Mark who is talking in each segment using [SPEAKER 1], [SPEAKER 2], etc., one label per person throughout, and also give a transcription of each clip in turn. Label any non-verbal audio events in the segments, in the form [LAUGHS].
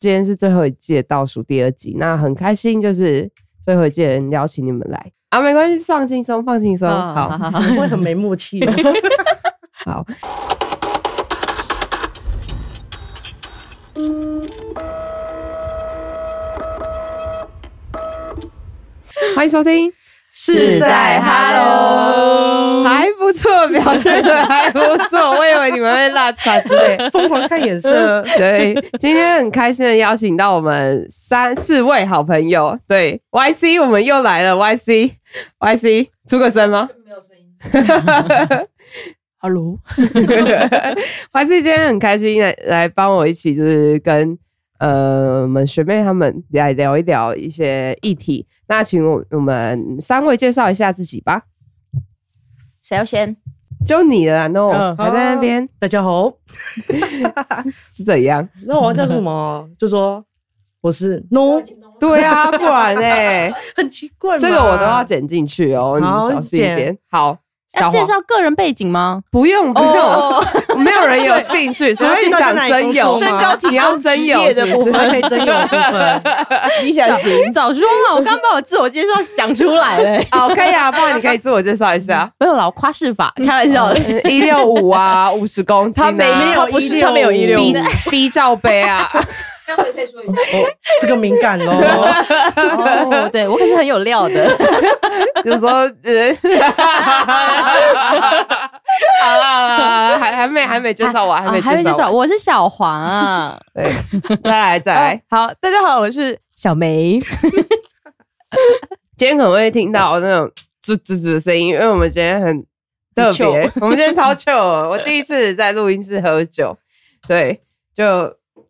[SPEAKER 1] 今天是最后一届倒数第二集，那很开心，就是最后一届人邀请你们来啊，没关系，放轻松，放轻松，
[SPEAKER 2] 哦
[SPEAKER 1] 好
[SPEAKER 2] 好好
[SPEAKER 3] 不会很没默契吗？
[SPEAKER 1] 好。欢迎收听，
[SPEAKER 2] 是在 Hello
[SPEAKER 1] 还不错，表现的还不错，我以为你们会落差之
[SPEAKER 2] [LAUGHS]
[SPEAKER 1] 类。
[SPEAKER 3] 疯狂看眼 [LAUGHS] 色，
[SPEAKER 1] 对，今天很开心的邀请到我们三四位好朋友，对 Y C，我们又来了 Y C Y C，出个声吗？
[SPEAKER 2] Hello，
[SPEAKER 1] [LAUGHS] Y C 今天很开心来来帮我一起，就是跟呃我们学妹她们来聊一聊一些议题。那请我我们三位介绍一下自己吧，
[SPEAKER 2] 谁要先？
[SPEAKER 1] 就你了啊，No，、
[SPEAKER 3] 嗯
[SPEAKER 1] 还在那边
[SPEAKER 3] 大家好。
[SPEAKER 1] 是怎样？
[SPEAKER 3] 那我要叫什么？就说我是 No，
[SPEAKER 1] 对啊，不然呢、
[SPEAKER 3] 很奇怪
[SPEAKER 1] [LAUGHS]
[SPEAKER 3] 嘛
[SPEAKER 1] 这个我都要剪进去哦，你
[SPEAKER 3] 好
[SPEAKER 1] 们小心一点
[SPEAKER 3] 剪。
[SPEAKER 1] 好，
[SPEAKER 2] 要
[SPEAKER 1] 小
[SPEAKER 2] 介
[SPEAKER 1] 黄
[SPEAKER 2] 绍个人背景吗？
[SPEAKER 1] 不用不用。
[SPEAKER 2] 哦，
[SPEAKER 1] [LAUGHS] 没有人有兴
[SPEAKER 2] [LAUGHS]
[SPEAKER 1] 趣，除非你想真有，
[SPEAKER 3] 身高
[SPEAKER 1] 你要真有
[SPEAKER 2] 职业的部
[SPEAKER 1] 是不
[SPEAKER 2] 分
[SPEAKER 1] 是
[SPEAKER 3] 可以真有的部分。
[SPEAKER 2] [LAUGHS] 你想行？早说嘛！我刚把我自我介绍想出来了。
[SPEAKER 1] 好，可以啊，不然你可以自我介绍一下。
[SPEAKER 2] [LAUGHS]
[SPEAKER 1] [LAUGHS]
[SPEAKER 2] 没有啦，我夸饰法， [LAUGHS] 哦开玩笑的。
[SPEAKER 1] 一六五啊，五十公斤啊，
[SPEAKER 2] 他没有不是他没有
[SPEAKER 1] ，B
[SPEAKER 2] 165
[SPEAKER 1] B 罩杯
[SPEAKER 2] [LAUGHS]
[SPEAKER 1] 啊，
[SPEAKER 3] [LAUGHS] 哦这个敏感喽。
[SPEAKER 2] [LAUGHS] 哦，对我可是很有料 [LAUGHS] 的。
[SPEAKER 1] 有时候
[SPEAKER 2] [LAUGHS]
[SPEAKER 1] 呃，好啦好啦，还还没还没介绍完，还没
[SPEAKER 2] 啊还没
[SPEAKER 1] 介
[SPEAKER 2] 介
[SPEAKER 1] 绍
[SPEAKER 2] 绍，
[SPEAKER 1] 完，
[SPEAKER 2] 我是小黄啊。
[SPEAKER 1] 对，再来再来，
[SPEAKER 2] 好， [LAUGHS] 大家好，我是小梅。
[SPEAKER 1] 今天可能会听到那种吱吱吱的声音，因为我们今天很特别， [LAUGHS] 我们今天超 chill 的。我第一次在录音室喝酒，对，就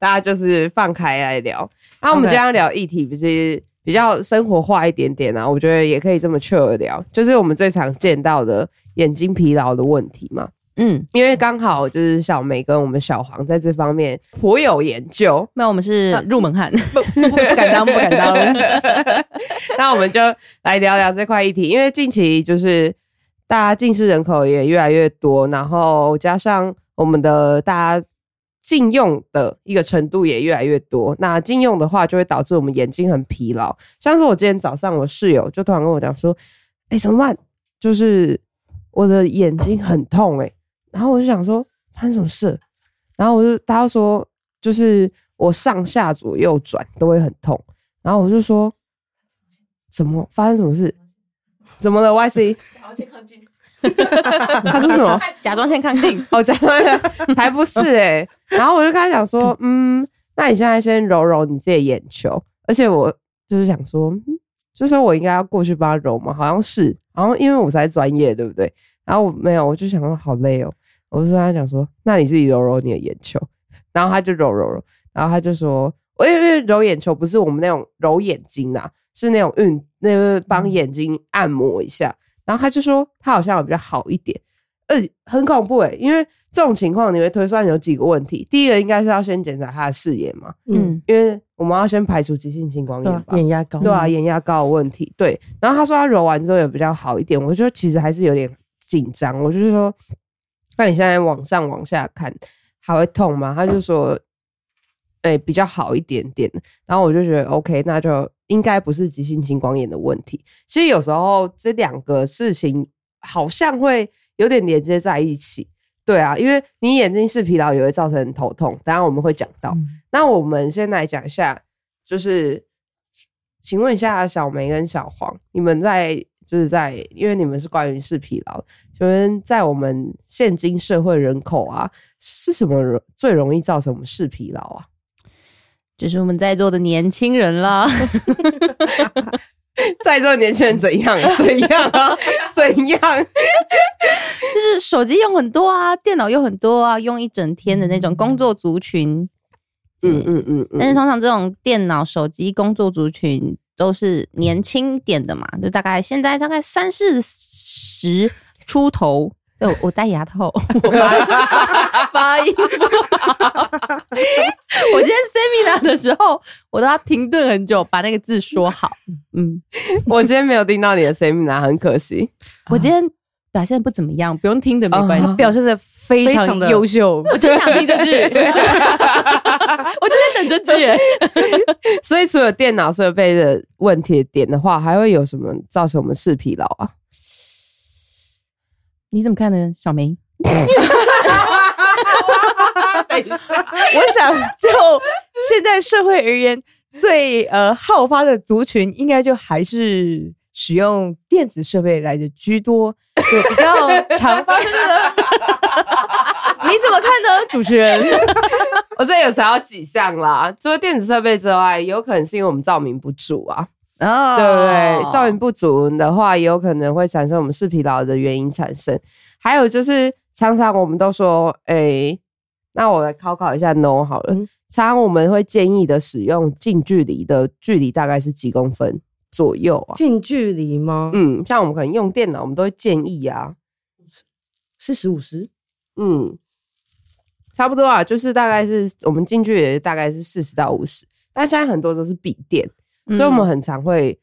[SPEAKER 1] 大家就是放开来聊。那、我们
[SPEAKER 3] OK
[SPEAKER 1] 今天要聊议题，不是比较生活化一点点啊？我觉得也可以这么 chill 的聊，就是我们最常见到的眼睛疲劳的问题嘛。
[SPEAKER 2] 嗯，
[SPEAKER 1] 因为刚好就是小梅跟我们小黄在这方面颇有研究，
[SPEAKER 2] 没有，我们是入门汉。
[SPEAKER 1] 不不敢当，不敢当。那我们就来聊聊这块议题，因为近期就是大家近视人口也越来越多，然后加上我们的大家禁用的一个程度也越来越多。那禁用的话，就会导致我们眼睛很疲劳。像是我今天早上，我室友就突然跟我讲说：“哎、怎么办？就是我的眼睛很痛哎、然后我就想说发生什么事了，然后我就他就说就是我上下左右转都会很痛，然后我就说怎么发生什么事？怎么了？Y C？他说什么？
[SPEAKER 2] [LAUGHS] 假装先看镜，
[SPEAKER 1] [LAUGHS] 哦，讲了， [LAUGHS] 才不是哎、然后我就跟他讲说，嗯，那你现在先揉揉你自己的眼球，而且我就是想说，嗯这时候我应该要过去帮他揉嘛，好像是，然后因为我才是专业，对不对？然后我没有，我就想说好累哦，我就跟他讲说，那你自己揉揉你的眼球，然后他就揉揉揉，然后他就说，我因为揉眼球不是我们那种揉眼睛啊，是那种运，那个帮眼睛按摩一下，然后他就说他好像有比较好一点。呃，很恐怖诶、因为这种情况你会推算有几个问题。第一个应该是要先检查他的视野嘛，
[SPEAKER 3] 嗯，
[SPEAKER 2] 嗯，
[SPEAKER 1] 因为我们要先排除急性青光
[SPEAKER 3] 对
[SPEAKER 1] 眼
[SPEAKER 3] 啊
[SPEAKER 1] 吧。
[SPEAKER 3] 眼压高，
[SPEAKER 1] 对啊，眼压高的问题。对，然后他说他揉完之后也比较好一点，我就其实还是有点紧张。我就是说，那你现在往上往下看还会痛吗？他就说，哎、比较好一点点。然后我就觉得 OK，那就应该不是急性青光眼的问题。其实有时候这两个事情好像会有点连接在一起。对啊，因为你眼睛视疲劳也会造成头痛，当然我们会讲到。
[SPEAKER 3] 嗯
[SPEAKER 1] 那我们先来讲一下，就是请问一下小梅跟小黄，你们在就是在因为你们是关于视疲劳，请问在我们现今社会人口啊，是什么容最容易造成我们视疲劳啊？ [LAUGHS]
[SPEAKER 2] 就是我们在座的年轻人啦。 [LAUGHS]
[SPEAKER 1] 在座年轻人怎样啊？怎样啊？怎样？啊
[SPEAKER 2] 就是手机用很多啊，电脑用很多啊，用一整天的那种工作族群。
[SPEAKER 1] 嗯嗯嗯
[SPEAKER 2] 但
[SPEAKER 1] 嗯，
[SPEAKER 2] 是通常这种电脑、手机工作族群都是年轻点的嘛，就大概现在大概三四十出头。对，我我戴牙套，我发发音不好。我今天 seminar 的时候，我都要停顿很久，把那个字说好。嗯，
[SPEAKER 1] 我今天没有听到你的啊 seminar，很可惜。
[SPEAKER 2] 我今天表现得不怎么样，不用听的没
[SPEAKER 1] 嗯
[SPEAKER 2] 关
[SPEAKER 1] 他
[SPEAKER 2] 系。
[SPEAKER 4] 表现的非
[SPEAKER 3] 非
[SPEAKER 4] 常
[SPEAKER 3] 常地
[SPEAKER 4] 优秀，
[SPEAKER 2] 我就想听这句，我就在等这句欸耶。
[SPEAKER 1] 所以除了电脑设备的问题点的话，还会有什么造成我们视疲劳啊？
[SPEAKER 2] 你怎么看呢，小明？
[SPEAKER 4] 我想就
[SPEAKER 2] [LAUGHS]
[SPEAKER 4] 现在社会而言，最呃好发的族群，应该就还是使用电子设备来的居多，对，比
[SPEAKER 2] [LAUGHS]
[SPEAKER 4] 较常发生的。你怎么看呢，主持人？
[SPEAKER 1] 我这有查到几项啦，除了电子设备之外，有可能是因为我们照明不足啊，
[SPEAKER 2] [LAUGHS] 哦
[SPEAKER 1] 对不对？照明不足的话，也有可能会产生我们视疲劳的原因产生。还有就是，常常我们都说，哎、那我来考考一下 No 好了。
[SPEAKER 3] 嗯
[SPEAKER 1] 常常我们会建议的使用近距离的距离大概是几公分左右啊？
[SPEAKER 3] 近距离吗？
[SPEAKER 1] 嗯，像我们可能用电脑，我们都会建议啊，
[SPEAKER 3] 四十五十，
[SPEAKER 1] 嗯，差不多啊，就是大概是我们近距离大概是四十到五十，但现在很多都是笔电，
[SPEAKER 2] 嗯
[SPEAKER 1] 所以我
[SPEAKER 4] 嗯
[SPEAKER 1] 们很常会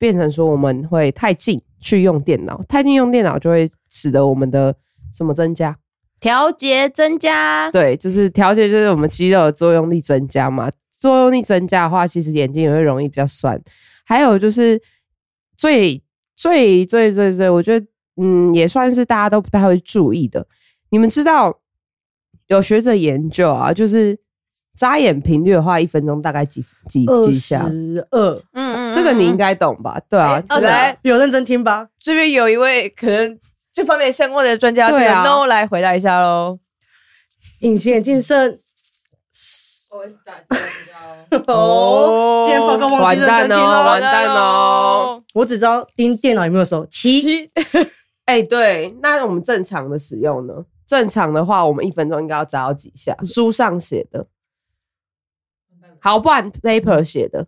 [SPEAKER 1] 变成说我们会太近去用电脑，太近用电脑就会使得我们的什么增加？
[SPEAKER 2] 调节增加，
[SPEAKER 1] 对，就是调节就是我们肌肉的作用力增加嘛，作用力增加的话，其实眼睛也会容易比较酸。还有就是最最最最最，我觉得嗯，也算是大家都不太会注意的。你们知道有学者研究啊，就是眨眼频率的话，一分钟大概几几
[SPEAKER 3] 二
[SPEAKER 1] 几下？
[SPEAKER 3] 十二，
[SPEAKER 2] 嗯哎
[SPEAKER 1] 这个你应该懂吧？对啊，
[SPEAKER 4] 二
[SPEAKER 1] 就
[SPEAKER 4] 十
[SPEAKER 1] 是
[SPEAKER 4] 来，
[SPEAKER 3] 有认真听吧？
[SPEAKER 4] 这边有一位可能这方面相关的专家，这
[SPEAKER 1] 对
[SPEAKER 4] 个
[SPEAKER 1] 啊
[SPEAKER 4] No 来回答一下
[SPEAKER 1] 哦
[SPEAKER 4] 喽。
[SPEAKER 3] 隐形眼镜剩
[SPEAKER 4] 哦
[SPEAKER 3] [LAUGHS] 哦，今天报告忘
[SPEAKER 1] 完
[SPEAKER 3] 记认
[SPEAKER 1] 蛋
[SPEAKER 3] 真听
[SPEAKER 1] 哦，
[SPEAKER 3] 了
[SPEAKER 1] 完。蛋哦！
[SPEAKER 3] 我只知道盯电脑有没有手，七
[SPEAKER 1] 哎、对，那我们正常的使用呢？正常的话，我们一分钟应该要扎到几下？书上写的，好，不然 paper 写的，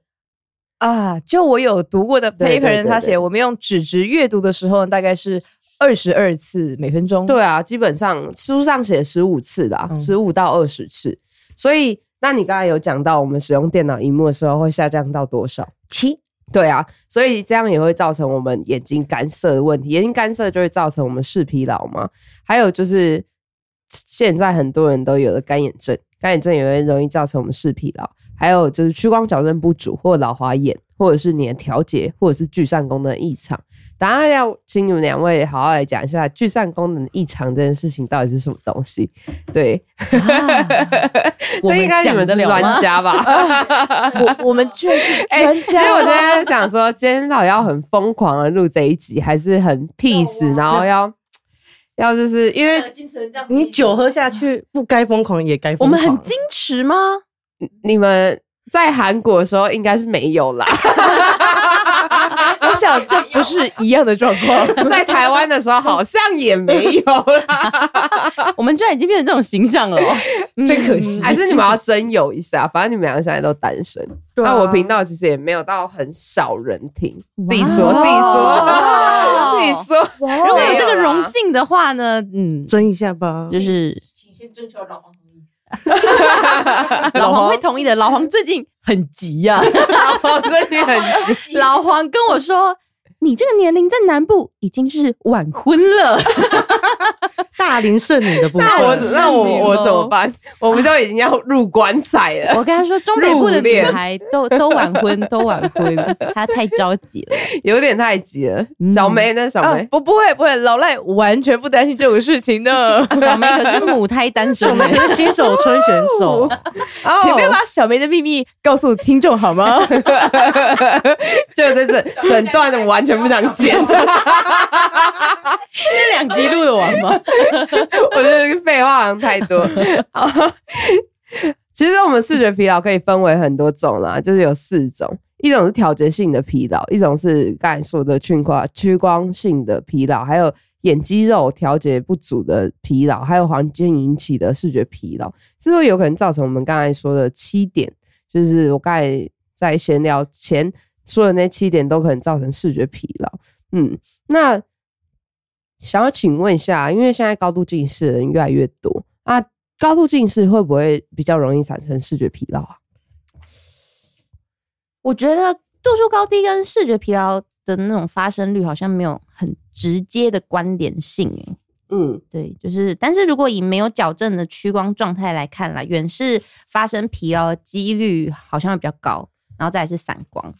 [SPEAKER 4] 啊，就我有读过的
[SPEAKER 1] 对对
[SPEAKER 4] paper，
[SPEAKER 1] 对
[SPEAKER 4] 他
[SPEAKER 1] 对
[SPEAKER 4] 写我们用纸质阅读的时候，大概是二十二次每分 [LAUGHS] 钟。
[SPEAKER 1] 对啊，基本上书上写十五次啦，
[SPEAKER 3] 嗯
[SPEAKER 1] 十五、到二十次。所以，那你刚才有讲到，我们使用电脑荧幕的时候会下降到多少？
[SPEAKER 3] 七，
[SPEAKER 1] 对啊，所以这样也会造成我们眼睛干涩的问题，眼睛干涩就会造成我们视疲劳嘛。还有就是现在很多人都有的干眼症，干眼症也会容易造成我们视疲劳。还有就是屈光矫正不足或老花眼，或者是你的调节或者是聚散功能异常。当然要请你们两位好好来讲一下聚散功能异常这件事情到底是什么东西。对，这
[SPEAKER 2] 我们
[SPEAKER 1] 应该你
[SPEAKER 2] 讲
[SPEAKER 1] 们
[SPEAKER 2] 得
[SPEAKER 1] 是
[SPEAKER 2] 了吗
[SPEAKER 1] 专？家吧？
[SPEAKER 2] [LAUGHS]
[SPEAKER 5] [LAUGHS]
[SPEAKER 4] 我我
[SPEAKER 5] 啊
[SPEAKER 4] 们居然是
[SPEAKER 1] 哎
[SPEAKER 4] 专
[SPEAKER 1] 所以
[SPEAKER 4] 家
[SPEAKER 1] 我
[SPEAKER 4] 哦、
[SPEAKER 1] 现在在想说，今天到底要很疯狂的录这一集，还是很 peace，然后要要就是因为
[SPEAKER 3] 你酒喝下去不该疯狂也该
[SPEAKER 2] 我
[SPEAKER 3] 疯狂。
[SPEAKER 2] 们很矜持吗？
[SPEAKER 1] 你们在韩国的时候应该是没有啦，
[SPEAKER 5] 啊
[SPEAKER 4] 我想这 [LAUGHS] 不是一样的状况。
[SPEAKER 1] 在台湾的时候好像也没有啦，
[SPEAKER 2] [LAUGHS] 我们居然已经变成这种形象了哦，
[SPEAKER 4] [LAUGHS] 真可惜
[SPEAKER 1] 还是你们要真有一下，反正你们俩现在都单身。
[SPEAKER 3] 对
[SPEAKER 1] 那、
[SPEAKER 3] 啊
[SPEAKER 1] 我频道其实也没有到很少人听，
[SPEAKER 2] 哇
[SPEAKER 1] 自己说自己
[SPEAKER 2] 哇哦
[SPEAKER 1] 说自己说， [LAUGHS]
[SPEAKER 2] 哎
[SPEAKER 4] [LAUGHS]
[SPEAKER 2] 如果有
[SPEAKER 1] 没
[SPEAKER 2] 这个
[SPEAKER 1] 啦 [LAUGHS]
[SPEAKER 2] 荣幸的话呢，嗯，
[SPEAKER 3] 争一下吧。
[SPEAKER 2] 就是 [LAUGHS]
[SPEAKER 5] 请先征求老黄同意。
[SPEAKER 2] 老黄会同意的。老黄最近很急
[SPEAKER 4] [LAUGHS]
[SPEAKER 2] 呀、
[SPEAKER 1] 然后最近哦很
[SPEAKER 2] 老黄跟我说。你这个年龄在南部已经是晚婚了，
[SPEAKER 3] 大龄剩女的部分，
[SPEAKER 1] 那我
[SPEAKER 2] 是
[SPEAKER 1] 那我
[SPEAKER 2] 你
[SPEAKER 1] 我
[SPEAKER 2] 咯
[SPEAKER 1] 怎么办？ [LAUGHS] 我们就已经要入棺材了。 [LAUGHS]
[SPEAKER 2] 我跟他说中北部的
[SPEAKER 1] 入
[SPEAKER 2] 女
[SPEAKER 1] 殓
[SPEAKER 2] 孩都都晚婚，都晚婚，他太着急了。
[SPEAKER 1] 有点太急了。
[SPEAKER 2] 嗯
[SPEAKER 1] 小梅呢？小
[SPEAKER 4] 啊
[SPEAKER 1] 梅，，
[SPEAKER 4] 不不会不会，老赖完全不担心这种事情的。
[SPEAKER 2] 啊小梅可是母胎单身
[SPEAKER 3] 我们
[SPEAKER 2] 欸，
[SPEAKER 3] 是新手村选手，
[SPEAKER 2] 啊
[SPEAKER 1] 哦
[SPEAKER 4] 请不要把小梅的秘密告诉听众好吗？
[SPEAKER 2] [LAUGHS]
[SPEAKER 1] 就在这整段的完全不想剪，
[SPEAKER 2] 这两集录得完 [LAUGHS] 吗？
[SPEAKER 1] 我这废话好像太多。好其实我们视觉疲劳可以分为很多种啦，就是有四种，一种是调节性的疲劳，一种是刚才说的屈光屈光性的疲劳，还有眼肌肉调节不足的疲劳，还有环境引起的视觉疲劳，这都有可能造成我们刚才说的七点，就是我刚才在闲聊前说的那七点都可能造成视觉疲劳。嗯，那想要请问一下，因为现在高度近视的人越来越多啊，高度近视会不会比较容易产生视觉疲劳啊？
[SPEAKER 2] 我觉得度数高低跟视觉疲劳的那种发生率好像没有很直接的关联性诶、
[SPEAKER 1] 嗯，
[SPEAKER 2] 对，就是，但是如果以没有矫正的屈光状态来看啦，远视发生疲劳的几率好像会比较高，然后再来是散光。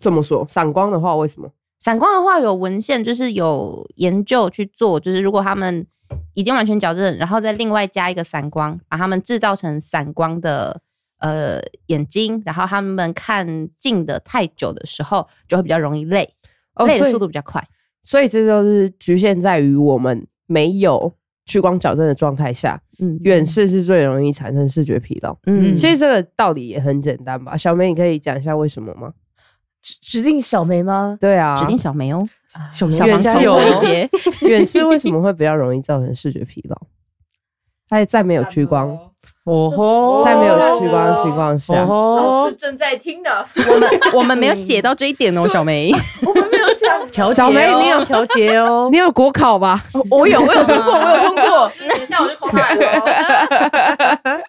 [SPEAKER 1] 这么说，散光的话为什么？
[SPEAKER 2] 散光的话，有文献就是有研究去做，就是如果他们已经完全矫正，然后再另外加一个散光，把他们制造成散光的呃眼睛，然后他们看近的太久的时候，就会比较容易累，
[SPEAKER 1] 哦
[SPEAKER 2] 累
[SPEAKER 1] 所
[SPEAKER 2] 的
[SPEAKER 1] 以
[SPEAKER 2] 速度比较快。
[SPEAKER 1] 所以这就是局限在于我们没有屈光矫正的状态下，
[SPEAKER 2] 嗯，
[SPEAKER 1] 远视是最容易产生视觉疲劳。
[SPEAKER 2] 嗯，
[SPEAKER 1] 其实这个道理也很简单吧？小梅，你可以讲一下为什么吗？
[SPEAKER 4] 指指定小梅吗？
[SPEAKER 1] 对啊，
[SPEAKER 2] 指定小梅哦，
[SPEAKER 3] 小明
[SPEAKER 2] 小
[SPEAKER 1] 远
[SPEAKER 2] 芒
[SPEAKER 1] 视
[SPEAKER 2] 松
[SPEAKER 1] 有
[SPEAKER 2] 维杰。
[SPEAKER 1] 远视为什么会比较容易造成视觉疲劳？在在没有屈光，
[SPEAKER 3] 哦吼，
[SPEAKER 1] 在没有屈光的情况下，
[SPEAKER 5] 老
[SPEAKER 3] 哦
[SPEAKER 5] 师正在听的，
[SPEAKER 2] 我们我们没有写到这一点哦，小梅。
[SPEAKER 5] 我们没有 [LAUGHS] 想
[SPEAKER 3] 调节哦
[SPEAKER 1] 小梅你有
[SPEAKER 3] 调
[SPEAKER 1] [LAUGHS]
[SPEAKER 3] 节哦，
[SPEAKER 1] 你有国考吧？
[SPEAKER 4] 我有，我有通过，我有通过。
[SPEAKER 5] 是等一下我就口海了。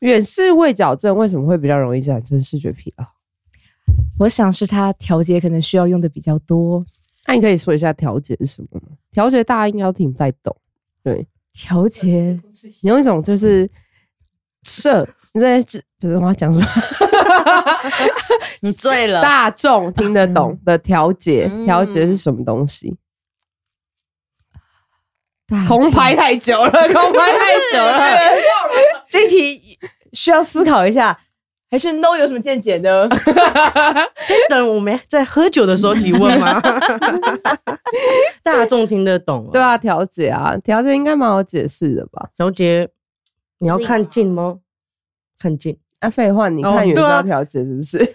[SPEAKER 1] 远视未矫正为什么会比较容易产生视觉疲劳？
[SPEAKER 4] 我想是他调节可能需要用的比较多，
[SPEAKER 1] 那你可以说一下调节是什么吗？调节大家应该都听不太懂，
[SPEAKER 4] 调节
[SPEAKER 1] 你用一种就是社这这不是我要讲什么？
[SPEAKER 2] [LAUGHS] 你醉了，
[SPEAKER 1] 大众听得懂的调节，
[SPEAKER 2] 嗯
[SPEAKER 1] 调节是什么东西？
[SPEAKER 4] 大
[SPEAKER 1] 空拍太久
[SPEAKER 3] [LAUGHS]
[SPEAKER 1] 了，空拍太久了。
[SPEAKER 4] 这题需要思考一下，还是 No 有什么见解呢？
[SPEAKER 3] 等我们在喝酒的时候提问吗？大众听得懂、
[SPEAKER 1] 对，啊，调节啊，调节应该蛮好解释的吧？
[SPEAKER 3] 小姐，你要看近吗？看近，
[SPEAKER 1] 啊，废话，你
[SPEAKER 3] 哦
[SPEAKER 1] 看远
[SPEAKER 3] 对啊
[SPEAKER 1] 照调节是不
[SPEAKER 3] [LAUGHS]
[SPEAKER 1] 是？
[SPEAKER 2] 这题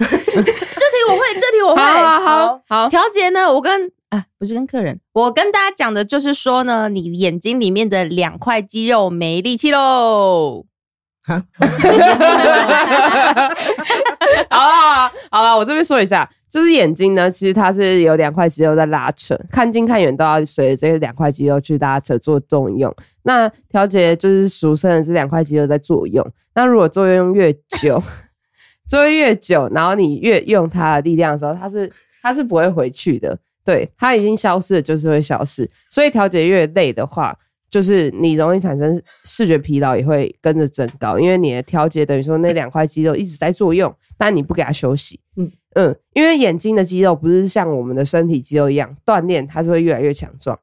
[SPEAKER 2] 我会，这题我会。
[SPEAKER 1] 好好
[SPEAKER 2] 调节呢，我跟啊不是跟客人，我跟大家讲的就是说呢，你眼睛里面的两块肌肉没力气喽。
[SPEAKER 1] 好啦好了，我这边说一下，就是眼睛呢，其实它是有两块肌肉在拉扯，看近看远都要随着这两块肌肉去拉扯做动用。那调节就是俗称的这两块肌肉在作用。那如果作用越久， [LAUGHS] 作用越久，然后你越用它的力量的时候，它是它是不会回去的。对，它已经消失了，就是会消失。所以调节越累的话，就是你容易产生视觉疲劳，也会跟着增高，因为你的调节等于说那两块肌肉一直在作用，但你不给它休息。嗯
[SPEAKER 3] 嗯
[SPEAKER 1] 嗯，因为眼睛的肌肉不是像我们的身体肌肉一样锻炼，它是会越来越强壮。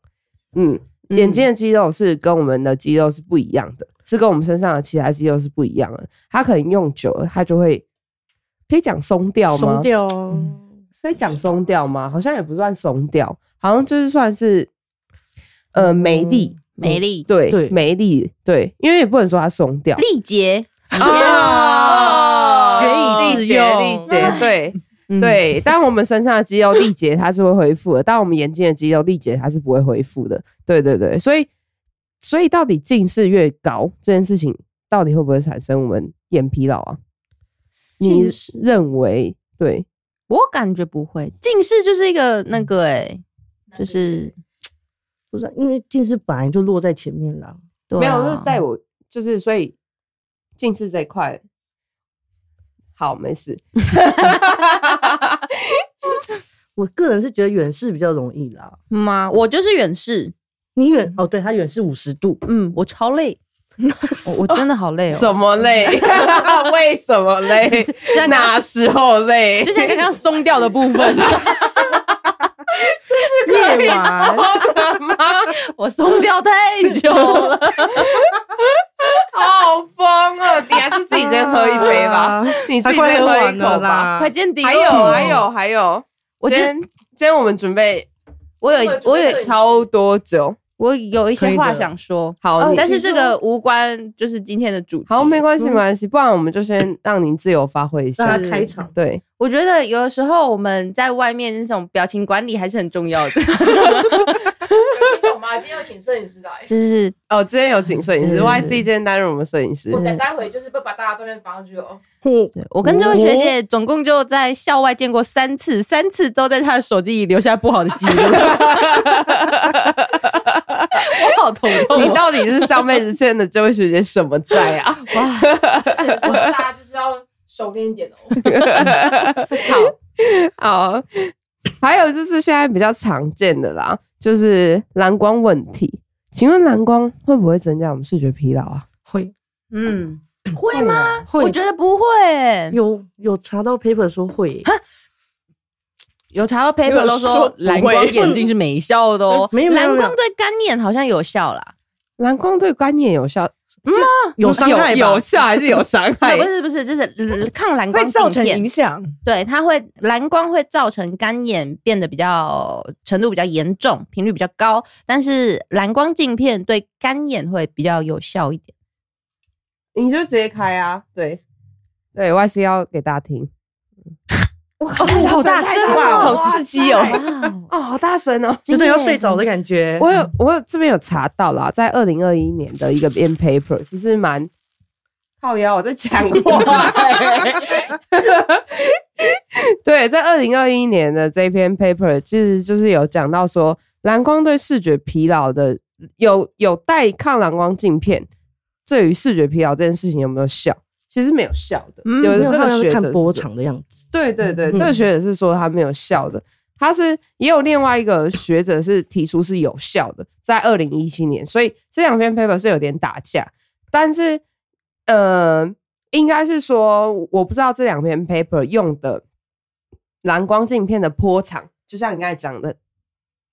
[SPEAKER 1] 嗯，
[SPEAKER 2] 嗯
[SPEAKER 1] 眼睛的肌肉是跟我们的肌肉是不一样的，是跟我们身上的其他肌肉是不一样的。它可能用久了，它就会可以讲松掉吗？
[SPEAKER 3] 松掉哦。
[SPEAKER 1] 所以讲松掉吗？好像也不算松掉，好像就是算是
[SPEAKER 3] 嗯
[SPEAKER 1] 呃没力，
[SPEAKER 2] 没力
[SPEAKER 1] 对
[SPEAKER 3] 对
[SPEAKER 1] 没力，对，因为也不能说它松掉，
[SPEAKER 2] 力竭，嗯
[SPEAKER 1] 哦
[SPEAKER 3] 学以致用
[SPEAKER 1] 力竭，
[SPEAKER 3] [LAUGHS]
[SPEAKER 1] 力竭对。
[SPEAKER 2] 嗯，
[SPEAKER 1] 对，但我们身上的肌肉力竭它是会恢复的，但我们眼睛的肌肉力竭它是不会恢复的。对对对，所以所以到底近视越高这件事情，到底会不会产生我们眼疲劳啊？你
[SPEAKER 2] 近视
[SPEAKER 1] 认为对？
[SPEAKER 2] 我感觉不会，近视就是一个那个哎、就是
[SPEAKER 3] 不是啊，因为近视本来就落在前面了。
[SPEAKER 2] 对啊
[SPEAKER 1] 没有，就是在我就是所以近视这一块，好没事。
[SPEAKER 3] 我个人是觉得远视比较容易啦。
[SPEAKER 2] 嗯吗？我就是远视，
[SPEAKER 1] 嗯
[SPEAKER 3] 你远哦，对，它远视五十度，
[SPEAKER 2] 嗯，我超 [LAUGHS] 累，我我真的好累
[SPEAKER 1] [LAUGHS]
[SPEAKER 2] 哦，
[SPEAKER 1] 什么
[SPEAKER 2] [LAUGHS]
[SPEAKER 1] 累？为什么累？在哪时候累？
[SPEAKER 2] 就像刚刚松掉的部 [LAUGHS] 分，
[SPEAKER 3] 夜晚
[SPEAKER 2] 我松掉太久 [LAUGHS] 了，
[SPEAKER 1] 好疯哦！你还是自己先喝一杯
[SPEAKER 2] [LAUGHS]
[SPEAKER 1] 吧， [LAUGHS] 你自
[SPEAKER 3] 它
[SPEAKER 1] 己先
[SPEAKER 3] 啊快喝
[SPEAKER 1] 喝一
[SPEAKER 3] 完了
[SPEAKER 1] 口吧。
[SPEAKER 3] 啦
[SPEAKER 2] 快。见底了，哦
[SPEAKER 1] 还有还有还有，
[SPEAKER 2] 我
[SPEAKER 1] 今
[SPEAKER 2] 觉得
[SPEAKER 1] 天今天我们准备
[SPEAKER 2] 我有我有
[SPEAKER 1] 超多酒，
[SPEAKER 2] 我有一
[SPEAKER 3] 可
[SPEAKER 2] 些
[SPEAKER 3] 以
[SPEAKER 2] 话
[SPEAKER 3] 的
[SPEAKER 2] 想说，
[SPEAKER 1] 好
[SPEAKER 2] 哦
[SPEAKER 1] 你
[SPEAKER 2] 但是嗯
[SPEAKER 1] 请
[SPEAKER 2] 这个无关就是今天的主题。
[SPEAKER 1] 好，没关系没关系，不然我们就先让您自由发挥一
[SPEAKER 3] 让
[SPEAKER 1] 下。
[SPEAKER 3] 它开场，
[SPEAKER 1] 对，
[SPEAKER 2] 我觉得有的时候我们在外面那种表情管理还是很重要的，
[SPEAKER 5] 有听懂吗？今天要请摄影师来，
[SPEAKER 2] [LAUGHS] 就是
[SPEAKER 1] 哦，今天有请摄影
[SPEAKER 2] 对
[SPEAKER 1] 师
[SPEAKER 2] 对对
[SPEAKER 1] YC，今天担任我们摄影师
[SPEAKER 5] 哎我。等待会就是不把大家照片放上去哦。
[SPEAKER 3] 嗯
[SPEAKER 2] 对我跟这位学姐总共就在校外见过三次，三次都在她的手机里留下不好的记 [LAUGHS] 录，我好头痛、
[SPEAKER 1] 你
[SPEAKER 2] 哦。
[SPEAKER 1] 到底是上辈子欠的这位学姐什么债啊？
[SPEAKER 5] 只能说大家就是要熟练一点哦。
[SPEAKER 1] 好， [COUGHS] 还有就是现在比较常见的啦，就是蓝光问题。请问蓝光会不会增加我们视觉疲劳啊？
[SPEAKER 3] 会
[SPEAKER 2] 嗯，会吗？
[SPEAKER 3] 会
[SPEAKER 2] 我觉得不会。
[SPEAKER 3] 有有查到 paper 说会，
[SPEAKER 2] 有查到 paper 都说蓝光眼镜是 [LAUGHS] 没效的哦，
[SPEAKER 3] 没有没有
[SPEAKER 2] 蓝
[SPEAKER 3] 没有
[SPEAKER 2] 光对干眼好像有效啦。
[SPEAKER 1] 蓝光对干眼有效，
[SPEAKER 4] 嗯啊
[SPEAKER 3] 有伤害吧
[SPEAKER 1] 有有效还是有伤害
[SPEAKER 2] 不？是不是，就是呃抗蓝光
[SPEAKER 4] [LAUGHS] 会造成
[SPEAKER 2] 镜片
[SPEAKER 4] 影响。
[SPEAKER 2] 对，它会蓝光会造成干眼变得比较程度比较严重，频率比较高，但是蓝光镜片对干眼会比较有效一点。
[SPEAKER 1] 你就直接开啊，对对，Y C 要给大家听。
[SPEAKER 4] 哦，好大声
[SPEAKER 1] 哇
[SPEAKER 4] 哇，好刺激哦！
[SPEAKER 2] 哇，
[SPEAKER 1] 哦，好大声哦！
[SPEAKER 3] 有种要睡着的感觉。
[SPEAKER 1] 我有我有这边有查到啦，在二零二一年的一个 in paper，其实蛮靠腰，我在讲话、对，在二零二一年的这篇 paper，其实就是有讲到说，蓝光对视觉疲劳的有有戴抗蓝光镜片，对于视觉疲劳这件事情有没有效？其实没有效的，
[SPEAKER 2] 嗯
[SPEAKER 1] 有
[SPEAKER 3] 没有
[SPEAKER 1] 这
[SPEAKER 3] 他
[SPEAKER 1] 个
[SPEAKER 3] 们
[SPEAKER 1] 学
[SPEAKER 3] 看
[SPEAKER 1] 者
[SPEAKER 3] 波
[SPEAKER 1] 是
[SPEAKER 3] 长的样子，
[SPEAKER 1] 对对对，
[SPEAKER 3] 嗯
[SPEAKER 1] 这个学者是说他没有效的，他是也有另外一个学者是提出是有效的，在二零一七年，所以这两篇 paper 是有点打架，但是呃，应该是说我不知道这两篇 paper 用的蓝光镜片的波长，就像你刚才讲的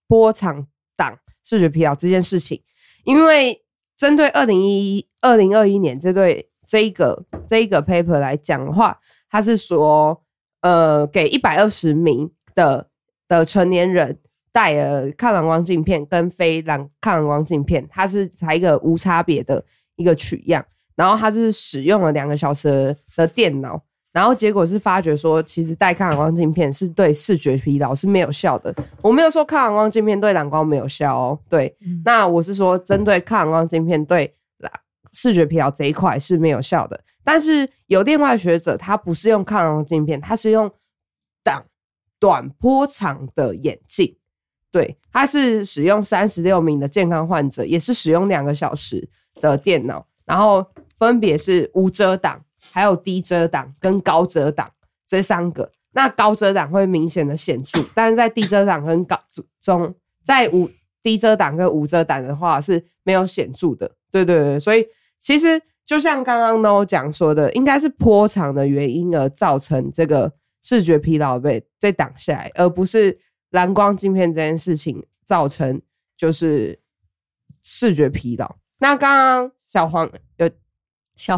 [SPEAKER 1] 波长档视觉疲劳这件事情，因为针对二零一二零二一年这对这一个这一个 paper 来讲的话，他是说，呃，给一百二十名的的成年人戴了抗蓝光镜片跟非蓝抗蓝光镜片，它是采一个无差别的一个取样，然后他就是使用了两个小时的电脑，然后结果是发觉说，其实戴抗蓝光镜片是对视觉疲劳是没有效的。我没有说抗蓝光镜片对蓝光没有效哦，对，那我是说针对抗蓝光镜片对蓝视觉疲劳这一块是没有效的。但是有另外学者，他不是用抗蓝光镜片，他是用挡短波长的眼镜。对，他是使用三十六名的健康患者，也是使用两个小时的电脑，然后分别是无遮挡、还有低遮挡跟高遮挡这三个。那高遮挡会明显的显著，但是在低遮挡跟高中，在无低遮挡跟无遮挡的话是没有显著的。对对对，所以其实就像刚刚 No 讲说的，应该是波长的原因而造成这个视觉疲劳被被挡下来，而不是蓝光镜片这件事情造成就是视觉疲劳。那刚刚小黄有
[SPEAKER 2] 小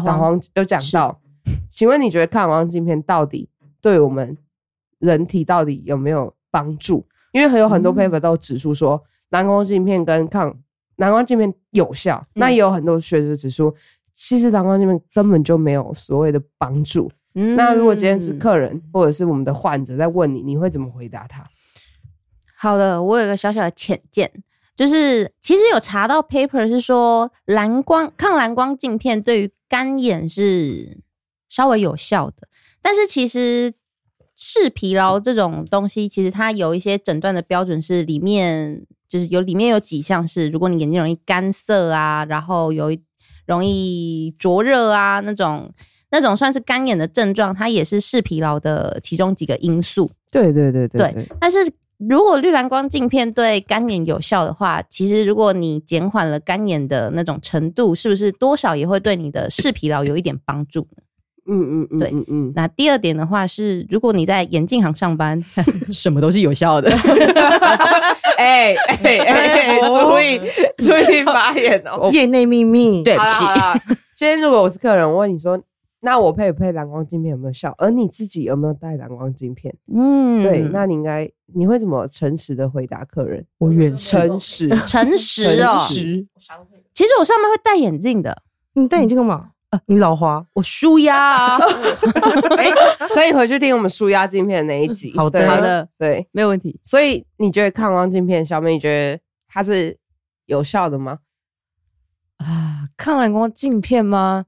[SPEAKER 1] 小
[SPEAKER 2] 黄
[SPEAKER 1] 黄有讲到，请问你觉得看蓝光镜片到底对我们人体到底有没有帮助？因为有很
[SPEAKER 2] 嗯
[SPEAKER 1] 多 paper 都指出说，蓝光镜片跟抗蓝光镜片有效，
[SPEAKER 2] 嗯
[SPEAKER 1] 那也有很多学者指出，其实蓝光镜片根本就没有所谓的帮助。
[SPEAKER 2] 嗯
[SPEAKER 1] 那如果今天是客人或者是我们的患者在问你，你会怎么回答他？
[SPEAKER 2] 好了，我有一个小小的浅见，就是其实有查到 paper 是说蓝光抗蓝光镜片对于干眼是稍微有效的，但是其实视疲劳这种东西，其实它有一些诊断的标准是里面就是有里面有几项是，如果你眼睛容易干涩啊，然后有一容易灼热啊那种。那种算是干眼的症状，它也是视疲劳的其中几个因素。
[SPEAKER 1] 对对对
[SPEAKER 2] 对但是如果绿蓝光镜片对干眼有效的话，其实如果你减缓了干眼的那种程度，是不是多少也会对你的视疲劳有一点帮助呢？
[SPEAKER 1] 嗯嗯嗯，
[SPEAKER 2] 对
[SPEAKER 1] 嗯嗯，
[SPEAKER 2] 那第二点的话是，如果你在眼镜行上班， [LAUGHS] 什么都是有效的。
[SPEAKER 1] 哎哎
[SPEAKER 2] [LAUGHS]
[SPEAKER 1] 哎，哎
[SPEAKER 2] 哦
[SPEAKER 1] 注意注意发言哦。
[SPEAKER 3] 业内秘密。
[SPEAKER 2] 对不
[SPEAKER 1] 好啦
[SPEAKER 2] 起，
[SPEAKER 1] 好啦今天如果我是客人，我问你说，那我配不配蓝光镜片有没有效？而你自己有没有戴蓝光镜片？
[SPEAKER 2] 嗯，
[SPEAKER 1] 对，那你应该你会怎么诚实的回答客人？
[SPEAKER 3] 我远视。
[SPEAKER 1] 诚
[SPEAKER 2] [LAUGHS]
[SPEAKER 1] 实，
[SPEAKER 2] 诚实哦。
[SPEAKER 1] 诚实
[SPEAKER 3] 十，
[SPEAKER 5] 商会
[SPEAKER 2] 其实我上面会戴眼镜的，
[SPEAKER 3] 你戴眼镜干嘛？
[SPEAKER 1] 嗯
[SPEAKER 3] 你老花。
[SPEAKER 2] 我舒压啊。
[SPEAKER 1] [LAUGHS] 哎，可以回去听我们舒压镜片的那一集。
[SPEAKER 3] 好的
[SPEAKER 1] 对
[SPEAKER 2] 好，的，
[SPEAKER 1] 对。
[SPEAKER 2] 没有问题。
[SPEAKER 1] 所以你觉得抗光镜片，小美，你觉得它是有效的吗？
[SPEAKER 4] 啊，抗蓝光镜片吗？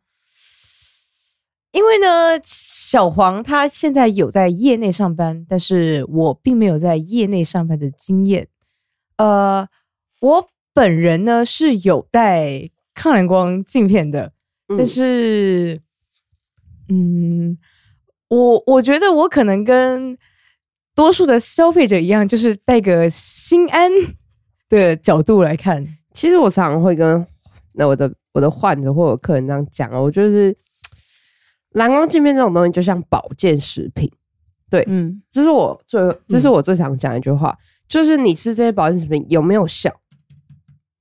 [SPEAKER 4] 因为呢，小黄他现在有在业内上班，但是我并没有在业内上班的经验。呃，我本人呢是有戴抗蓝光镜片的，但
[SPEAKER 1] 嗯
[SPEAKER 4] 是，嗯，我我觉得我可能跟多数的消费者一样，就是带个心安的角度来看，
[SPEAKER 1] 其实我常常会跟那我的我的患者或我客人这样讲哦，我就是嘖蓝光镜片这种东西就像保健食品，
[SPEAKER 2] 嗯，
[SPEAKER 1] 这是我最这是我最常讲的一句话，就是你吃这些保健食品有没有效？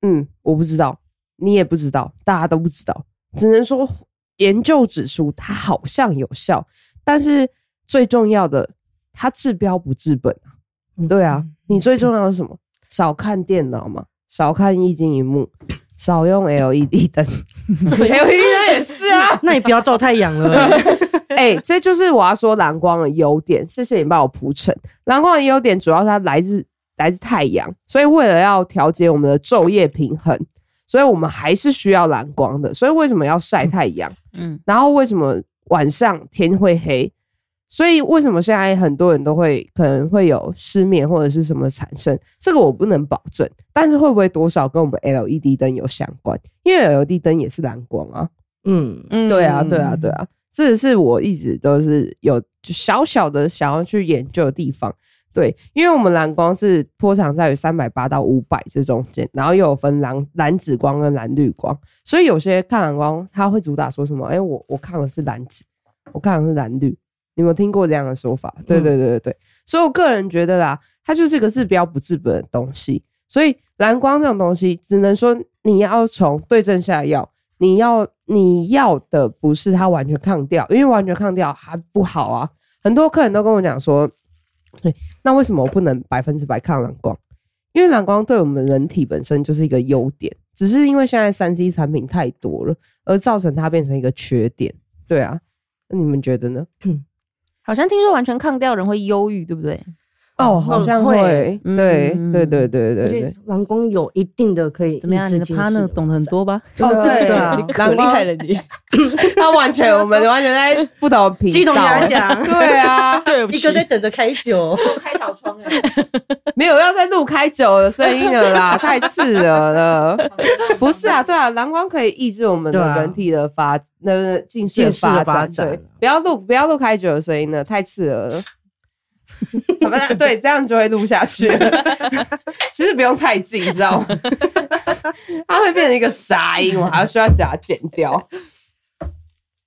[SPEAKER 1] 嗯，我不知道，你也不知道，大家都不知道，只能说研究指出它好像有效，但是最重要的，它治标不治本啊。
[SPEAKER 4] 嗯
[SPEAKER 1] 对啊，你最重要的是什么？少看电脑嘛，少看液晶荧 [LAUGHS] 幕，少用 LED [LAUGHS] 灯。LED E 灯也是啊，
[SPEAKER 3] 那你不要照太阳了。
[SPEAKER 1] [LAUGHS] 哎、这就是我要说蓝光的优点。谢谢你帮我铺陈。蓝光的优点主要是它来自来自太阳，所以为了要调节我们的昼夜平衡，所以我们还是需要蓝光的。所以为什么要晒太阳？
[SPEAKER 2] 嗯，
[SPEAKER 1] 然后为什么晚上天会黑？所以为什么现在很多人都会可能会有失眠或者是什么产生？这个我不能保证，但是会不会多少跟我们 LED 灯有相关？因为 LED 灯也是蓝光啊。
[SPEAKER 3] 嗯，
[SPEAKER 2] 嗯
[SPEAKER 1] 对啊，对啊，对啊，这是我一直都是有就小小的想要去研究的地方。对，因为我们蓝光是波长在于三百八到五百这中间，然后又有分蓝蓝紫光跟蓝绿光，所以有些看蓝光他会主打说什么？哎、我我看的是蓝紫，我看的是蓝绿，你有没有听过这样的说法？对对对对对，所以我个人觉得啦，它就是一个治标不治本的东西，所以蓝光这种东西只能说你要从对症下药，你要你要的不是它完全抗掉，因为完全抗掉还不好啊。很多客人都跟我讲说，对，那为什么我不能百分之百抗蓝光？因为蓝光对我们人体本身就是一个优点，只是因为现在三 C 产品太多了，而造成它变成一个缺点。对啊，那你们觉得呢？
[SPEAKER 2] 好像听说完全抗掉人会忧郁，对不对？
[SPEAKER 1] 哦，好像
[SPEAKER 3] 会
[SPEAKER 1] 会，对
[SPEAKER 2] 嗯
[SPEAKER 1] 对对对
[SPEAKER 3] 而
[SPEAKER 1] 对
[SPEAKER 3] 且
[SPEAKER 1] 对，
[SPEAKER 3] 蓝光有一定的可以
[SPEAKER 2] 怎么样？你
[SPEAKER 3] 抑制
[SPEAKER 2] 的
[SPEAKER 3] 近视
[SPEAKER 2] partner 懂得很多吧？
[SPEAKER 1] 哦对
[SPEAKER 3] 对啊
[SPEAKER 1] 啊，蓝光
[SPEAKER 4] 了你！
[SPEAKER 1] 他完全我们完全在不同频道，
[SPEAKER 3] 鸡同鸭讲
[SPEAKER 1] 对啊，
[SPEAKER 2] 对
[SPEAKER 3] 一个在等着开酒，
[SPEAKER 5] 我开小窗哎、
[SPEAKER 1] 没有要再录开酒的声音了
[SPEAKER 3] [LAUGHS]
[SPEAKER 1] 啦，太刺耳了。不是啊，对啊，蓝光可以抑制我们
[SPEAKER 3] 对
[SPEAKER 1] 的
[SPEAKER 3] 啊
[SPEAKER 1] 人体的发那个近视的
[SPEAKER 3] 近视的
[SPEAKER 1] 发
[SPEAKER 3] 发
[SPEAKER 1] 展。
[SPEAKER 3] 展啊
[SPEAKER 1] 对，不要录不要录开酒的声音了，太刺耳了。 [LAUGHS] 好吧，对，这样就会录下去 [LAUGHS] 了。其实不用太近，你知道吗？ [LAUGHS] 它会变成一个杂音，我还需要把它剪掉。
[SPEAKER 3] [LAUGHS]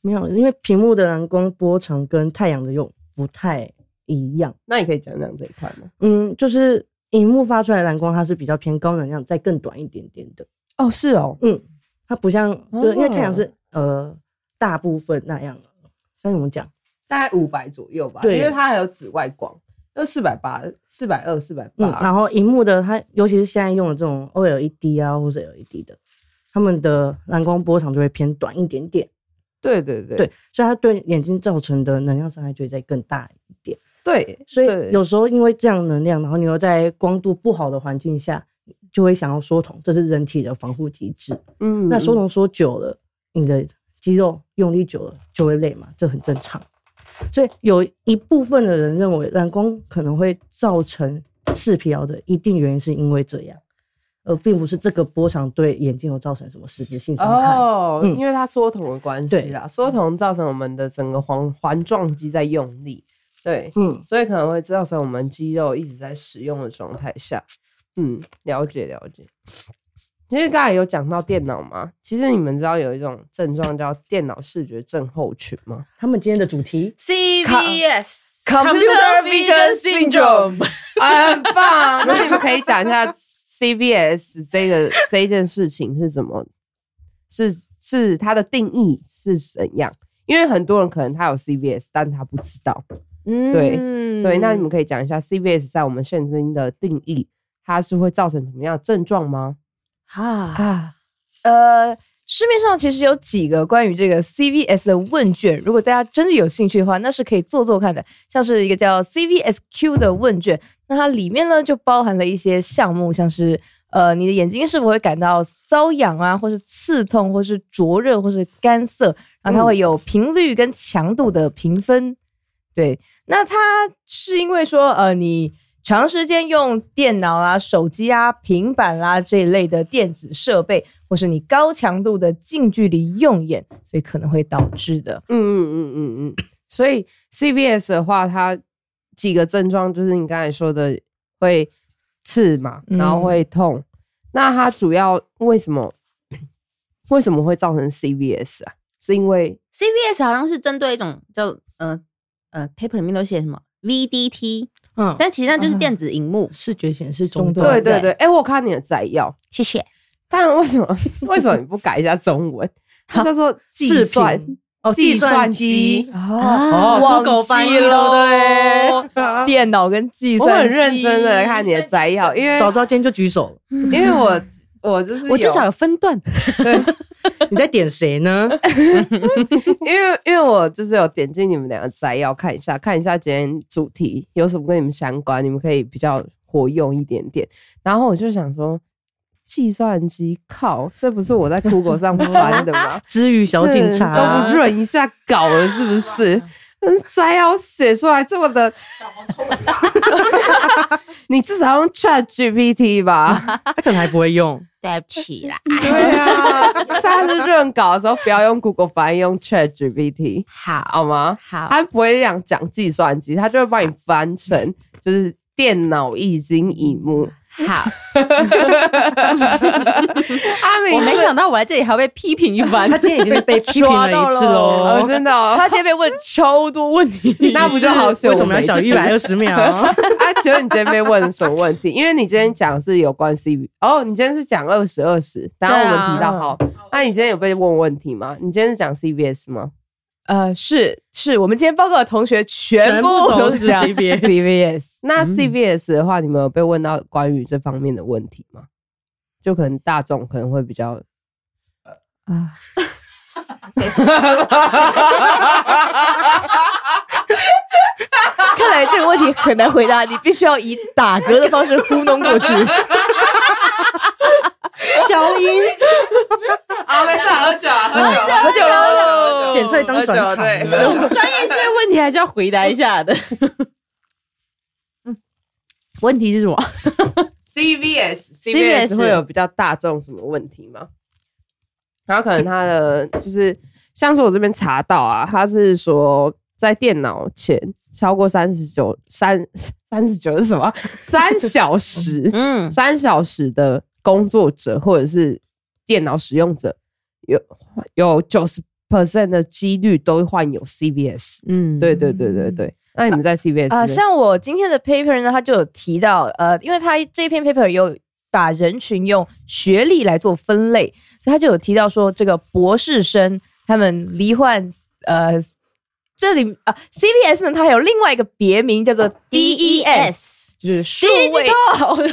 [SPEAKER 3] 没有，因为屏幕的蓝光波长跟太阳的又不太一样。
[SPEAKER 1] 那你可以讲讲这一块吗？
[SPEAKER 3] 嗯，就是荧幕发出来的蓝光，它是比较偏高能量，再更短一点点的。
[SPEAKER 1] 哦，是哦，
[SPEAKER 3] 嗯，它不像，就是因为太阳是
[SPEAKER 1] 哦
[SPEAKER 3] 呃大部分那样，所以我们讲
[SPEAKER 1] 大概五百左右吧，
[SPEAKER 3] 对
[SPEAKER 1] 因为它还有紫外光，就四百八、四百二、四百
[SPEAKER 3] 嗯，
[SPEAKER 1] 八。
[SPEAKER 3] 然后荧幕的它，尤其是现在用的这种 OLED 啊，或者 LED 的，它们的蓝光波长就会偏短一点点，
[SPEAKER 1] 对对对
[SPEAKER 3] 对，所以它对眼睛造成的能量伤害就会再更大一点。
[SPEAKER 1] 对，
[SPEAKER 3] 所
[SPEAKER 1] 对
[SPEAKER 3] 以有时候因为这样能量，然后你又在光度不好的环境下，就会想要缩瞳，这是人体的防护机制。
[SPEAKER 1] 嗯
[SPEAKER 3] 那缩
[SPEAKER 1] 嗯
[SPEAKER 3] 瞳缩久了，你的肌肉用力久了就会累嘛，这很正常。所以有一部分的人认为蓝光可能会造成视疲劳的一定原因是因为这样，而并不是这个波长对眼睛有造成什么实质性伤害。
[SPEAKER 1] 哦，
[SPEAKER 3] 嗯
[SPEAKER 1] 因为它缩瞳的关系
[SPEAKER 3] 对嗯
[SPEAKER 1] 啦，缩瞳造成我们的整个环环状肌在用力，对，
[SPEAKER 3] 嗯，
[SPEAKER 1] 所以可能会造成我们肌肉一直在使用的状态下。嗯，了解了解。因为刚才有讲到电脑嘛，其实你们知道有一种症状叫电脑视觉症候群吗？
[SPEAKER 3] 他们今天的主题
[SPEAKER 2] CVS
[SPEAKER 1] Computer Vision Syndrome 很棒，啊那你们可以讲一下 CVS 这个这一件事情是怎么，是是它的定义是怎样？因为很多人可能他有 CVS，但他不知道。
[SPEAKER 2] 嗯
[SPEAKER 1] 对对，那你们可以讲一下 CVS 在我们现今的定义，它是会造成什么样的症状吗？
[SPEAKER 2] 啊，
[SPEAKER 4] 啊，呃，市面上其实有几个关于这个 CVS 的问卷，如果大家真的有兴趣的话，那是可以做做看的。像是一个叫 CVSQ 的问卷，那它里面呢就包含了一些项目，像是呃你的眼睛是否会感到瘙痒啊，或是刺痛，或是灼热，或是干涩，然后它会有频率跟强度的评分。对，那它是因为说，呃，你长时间用电脑啊、手机啊、平板啦、这一类的电子设备，或是你高强度的近距离用眼，所以可能会导致的。
[SPEAKER 1] 嗯嗯嗯嗯嗯。所以 CVS 的话，它几个症状就是你刚才说的会刺嘛，
[SPEAKER 4] 嗯
[SPEAKER 1] 然后会痛。那它主要为什么为什么会造成 CVS 啊？是因为
[SPEAKER 2] CVS 好像是针对一种叫呃呃 paper 里面都写什么 VDT，
[SPEAKER 3] 嗯，
[SPEAKER 2] 但其实那就是电子荧幕。
[SPEAKER 3] 视觉显示中
[SPEAKER 4] 中
[SPEAKER 3] 断，
[SPEAKER 4] 断
[SPEAKER 1] 对对对，哎、我看你的摘要，
[SPEAKER 2] 谢谢。
[SPEAKER 1] 但为什么为什么你不改一下中文？它叫做计
[SPEAKER 3] 视
[SPEAKER 1] 算
[SPEAKER 3] 频哦，
[SPEAKER 1] 计
[SPEAKER 3] 计
[SPEAKER 1] 算
[SPEAKER 3] 算
[SPEAKER 1] 机啊
[SPEAKER 3] 机。
[SPEAKER 4] 哦
[SPEAKER 3] 哦，Google 翻译
[SPEAKER 4] 了，
[SPEAKER 3] 对
[SPEAKER 4] 对，电脑跟计
[SPEAKER 1] 我
[SPEAKER 4] 算机，
[SPEAKER 1] 很认真的看你的摘要，因为
[SPEAKER 3] 早知道今天就
[SPEAKER 1] [LAUGHS]
[SPEAKER 3] 举手了，
[SPEAKER 1] 因为我我就是
[SPEAKER 2] 我至
[SPEAKER 1] 有
[SPEAKER 2] 少有分段，
[SPEAKER 1] 对，
[SPEAKER 3] 你在点谁呢？
[SPEAKER 1] [LAUGHS] 因为因为我就是有点进你们两个摘要看一下，看一下今天主题有什么跟你们相关，你们可以比较活用一点点。然后我就想说，计算机靠，这不是我在 Google
[SPEAKER 3] [LAUGHS]
[SPEAKER 1] 上翻的吗？
[SPEAKER 3] 知语小警
[SPEAKER 1] 是都
[SPEAKER 3] 察啊
[SPEAKER 1] 不，润一下稿了，是不是？嗯摘要写出来这么的，
[SPEAKER 3] 啊
[SPEAKER 1] [LAUGHS] 你至少用 Chat GPT
[SPEAKER 3] [LAUGHS]
[SPEAKER 1] 吧？
[SPEAKER 3] 他可能还不会用。
[SPEAKER 2] [LAUGHS] 对不起 [LAUGHS] 啦。
[SPEAKER 1] 对啊，下次润稿的时候不要用 Google 翻译，用 Chat GPT
[SPEAKER 2] 好，
[SPEAKER 1] 好吗？
[SPEAKER 2] 好，
[SPEAKER 1] 他不会讲讲计算机，他就会帮你翻成就是电脑液晶荧幕。
[SPEAKER 2] 好，
[SPEAKER 1] 阿明，
[SPEAKER 2] [LAUGHS] 我没想到我来这里还会被批评一番 [LAUGHS]
[SPEAKER 3] 他。今天已经
[SPEAKER 1] [LAUGHS]
[SPEAKER 3] 被批评
[SPEAKER 4] 刷
[SPEAKER 3] 了
[SPEAKER 4] 到
[SPEAKER 3] 一次
[SPEAKER 4] 了
[SPEAKER 1] 哦，
[SPEAKER 3] 喽。
[SPEAKER 1] 真的、哦，
[SPEAKER 4] 他今天被问超多问题，
[SPEAKER 1] 那不就好险？
[SPEAKER 3] 为什么要小一百
[SPEAKER 1] 啊 [LAUGHS]
[SPEAKER 3] 二十秒？？
[SPEAKER 1] 请问你今天被问什么问题？因为你今天讲是有关 C V 哦，你今天是讲二十二十，当然我们提到好。那你今天有被问问题吗？你今天是讲 C V S 吗？
[SPEAKER 4] 呃，是是，我们今天报告的同学
[SPEAKER 3] 全
[SPEAKER 4] 全部
[SPEAKER 3] 部
[SPEAKER 4] 都
[SPEAKER 3] 都
[SPEAKER 4] 是
[SPEAKER 3] 是
[SPEAKER 4] 这样
[SPEAKER 3] CVS
[SPEAKER 4] CVS
[SPEAKER 1] 那 C V S 的话，你们有被问到关于这方面的问题吗？就可能大众可能会比较
[SPEAKER 4] 啊，看来这个问题很难回答，你必须要以打嗝的方式糊
[SPEAKER 1] [LAUGHS]
[SPEAKER 4] 弄过去。
[SPEAKER 3] 小英，
[SPEAKER 1] [LAUGHS] 啊，没事，喝酒啊，喝酒，喝酒，喝
[SPEAKER 3] 酒简翠当转场
[SPEAKER 1] 哦对，
[SPEAKER 2] 专业性问题还是要回答一下 [LAUGHS] 的。嗯，问题是什么？
[SPEAKER 1] CVS
[SPEAKER 2] CVS
[SPEAKER 1] 会有比较大众什么问题吗？然后可能他的就是，像是我这边查到啊，他是说在电脑前超过三十九三三十九是什么 [LAUGHS] 啊？三小时，
[SPEAKER 2] 嗯，
[SPEAKER 1] 三小时的工作者或者是电脑使用者，有有九十 percent 的几率都患有 CVS。
[SPEAKER 2] 嗯，
[SPEAKER 1] 对对对对对，那你们在 CVS
[SPEAKER 4] 啊、
[SPEAKER 1] 那边
[SPEAKER 4] 像我今天的 paper 呢，它就有提到，呃，因为它这篇 paper 有把人群用学历来做分类，所以它就有提到说，这个博士生他们罹患呃，这里啊、c b s 呢，它还有另外一个别名叫做
[SPEAKER 2] E
[SPEAKER 4] DES。就是 [LAUGHS] 数位，可恶，没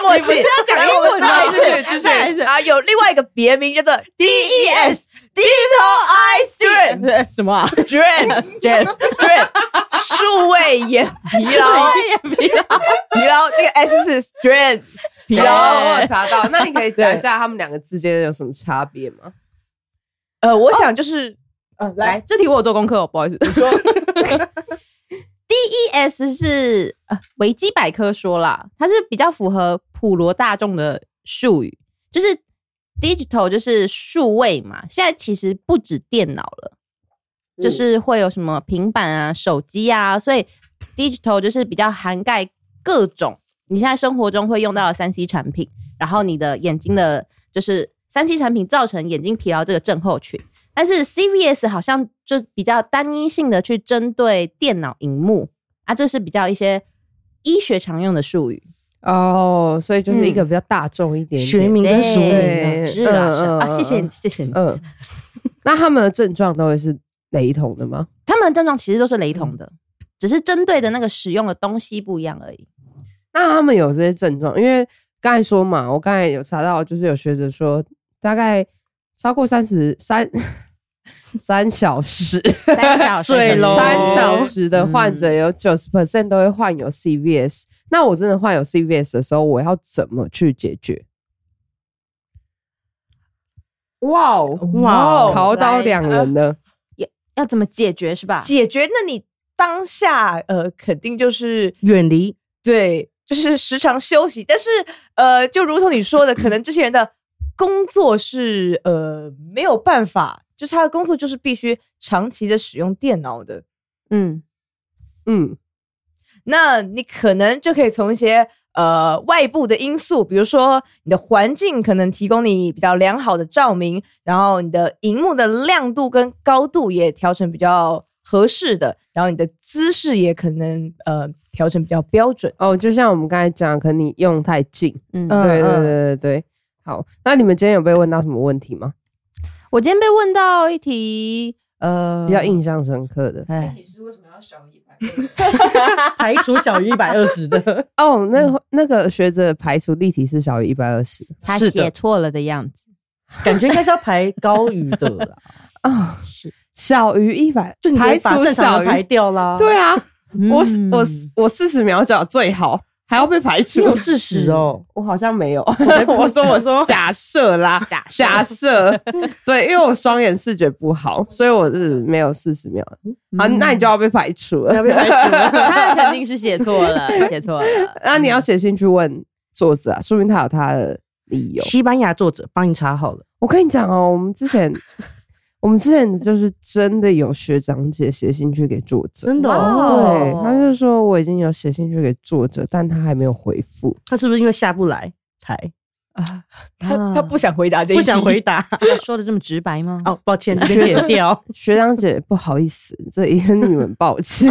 [SPEAKER 4] 默契。不是要
[SPEAKER 2] 讲英文吗
[SPEAKER 4] 继续继续啊！有另外一 E 个别名叫做 DES，Digital Eye
[SPEAKER 2] 什么啊？
[SPEAKER 4] Strength Strength Strength 数位眼疲劳， [LAUGHS] 疲劳，这个 S 是 Strength 疲
[SPEAKER 2] E
[SPEAKER 1] 有，哦我
[SPEAKER 4] 劳
[SPEAKER 1] 有。查到。那你可以讲一下他们两个之间有什么差别吗？
[SPEAKER 4] 呃，我想就是，呃，
[SPEAKER 2] 哦来，，这题我有做功课哦，不好意思。你 [LAUGHS] 说，DES 是呃维基百科说啦，它是比较符合普罗大众的术语，就是 digital 就是数位嘛。现在其实不止电脑了，就是会有什么平板啊、手机啊，所以 digital 就是比较涵盖各种你现在生活中会用到的三 C 产品，然后你的眼睛的，就是三 C 产品造成眼睛疲劳这个症候群。但是 CVS 好像就比较单一性的去针对电脑荧幕啊，这是比较一些医学常用的术语，
[SPEAKER 1] 哦，所以就是一个比较大众一点
[SPEAKER 3] 嗯 [LAUGHS] 学
[SPEAKER 1] 点。
[SPEAKER 3] 名跟俗
[SPEAKER 1] 对
[SPEAKER 3] 名啊，
[SPEAKER 2] 是啦是
[SPEAKER 1] 嗯嗯
[SPEAKER 2] 啦
[SPEAKER 1] 嗯
[SPEAKER 2] 啊，谢谢你谢谢你。
[SPEAKER 1] 嗯， [LAUGHS] 那他们的症状都会是雷同的吗？
[SPEAKER 2] 他们的症状其实都是雷同的，只是针对的那个使用的东西不一样而已。
[SPEAKER 1] 那他们有这些症状，因为刚才说嘛，我刚才有查到，就是有学者说，大概超过三十三 [LAUGHS] 三小时，
[SPEAKER 2] 三个
[SPEAKER 1] [LAUGHS]
[SPEAKER 2] 小时
[SPEAKER 3] 醉喽
[SPEAKER 1] 三小时的患者有九十 percent 都会患有 CVS。那我真的患有 CVS 的时候，我要怎么去解决？哇哦，
[SPEAKER 3] 哇哦
[SPEAKER 1] 逃刀两人呢？
[SPEAKER 2] 要怎么解决是吧？
[SPEAKER 4] 解决，那你当下呃，肯定就是
[SPEAKER 3] 远离
[SPEAKER 4] 对，就是时常休息。但是呃，就如同你说的，可能这些人的工作是呃没有办法，就是他的工作就是必须长期的使用电脑的。
[SPEAKER 2] 嗯，
[SPEAKER 1] 嗯，
[SPEAKER 4] 那你可能就可以从一些呃外部的因素，比如说你的环境可能提供你比较良好的照明，然后你的荧幕的亮度跟高度也调成比较合适的，然后你的姿势也可能呃调成比较标准。
[SPEAKER 1] 哦，就像我们刚才讲，可能你用太近，
[SPEAKER 2] 嗯，
[SPEAKER 4] 嗯
[SPEAKER 1] 对对对对对。好，那你们今天有被问到什么问题吗？
[SPEAKER 2] 我今天被问到一题，呃，
[SPEAKER 1] 比较，印象深刻的
[SPEAKER 5] 那
[SPEAKER 2] 哎，
[SPEAKER 5] 你是为什么要小一百？
[SPEAKER 3] 排除小于一百二十的，
[SPEAKER 1] [LAUGHS] 哦，那那个学者排除立体是小于一百二十
[SPEAKER 2] 他
[SPEAKER 3] 是的
[SPEAKER 2] 写错了的样子，
[SPEAKER 3] 感觉应该是要排高于的啦，
[SPEAKER 1] 啊，
[SPEAKER 2] 是，
[SPEAKER 1] 小于一百
[SPEAKER 3] 就，你可
[SPEAKER 1] 排
[SPEAKER 3] 以把
[SPEAKER 1] 除
[SPEAKER 3] 正常
[SPEAKER 1] 小
[SPEAKER 3] 的排
[SPEAKER 1] 于，
[SPEAKER 3] 掉啦。
[SPEAKER 1] 对啊，我
[SPEAKER 2] 嗯
[SPEAKER 1] 我我四十秒脚最好，还要被排除
[SPEAKER 3] 你有事实哦，
[SPEAKER 1] [LAUGHS] 我好像没有， [LAUGHS] 我说我说假设啦，假假设， [LAUGHS] 对，因为我双眼视觉不好，所以我是没有四十秒。好，那
[SPEAKER 3] 嗯
[SPEAKER 1] 你就要被排除了
[SPEAKER 3] [LAUGHS] 要。被排除了。
[SPEAKER 2] [LAUGHS] 他肯定是写错了，写错
[SPEAKER 4] [LAUGHS]
[SPEAKER 2] 了。
[SPEAKER 4] 啊
[SPEAKER 2] 嗯
[SPEAKER 1] 那你要写信去问作者啊，说明他有他的理由。
[SPEAKER 3] 西班牙作者帮你查好了，
[SPEAKER 1] 我跟你讲哦，我们之
[SPEAKER 3] [LAUGHS]
[SPEAKER 1] 前，我们之前就是真的有学长姐写信去给作者，
[SPEAKER 3] 真的
[SPEAKER 2] 哇
[SPEAKER 3] 哦，
[SPEAKER 2] 哦
[SPEAKER 1] 对，他就说我已经有写信去给作者，但他还没有回复。
[SPEAKER 3] 他是不是因为下不来台，
[SPEAKER 4] 他
[SPEAKER 2] 啊
[SPEAKER 4] 他不想回答这一
[SPEAKER 3] 不想
[SPEAKER 4] 题
[SPEAKER 3] [LAUGHS] 回答？
[SPEAKER 2] 我说的这么直白吗？
[SPEAKER 3] 哦，
[SPEAKER 1] [LAUGHS]
[SPEAKER 3] 抱歉，这边剪掉。
[SPEAKER 1] 学长姐，不好意思，这也跟你们抱歉。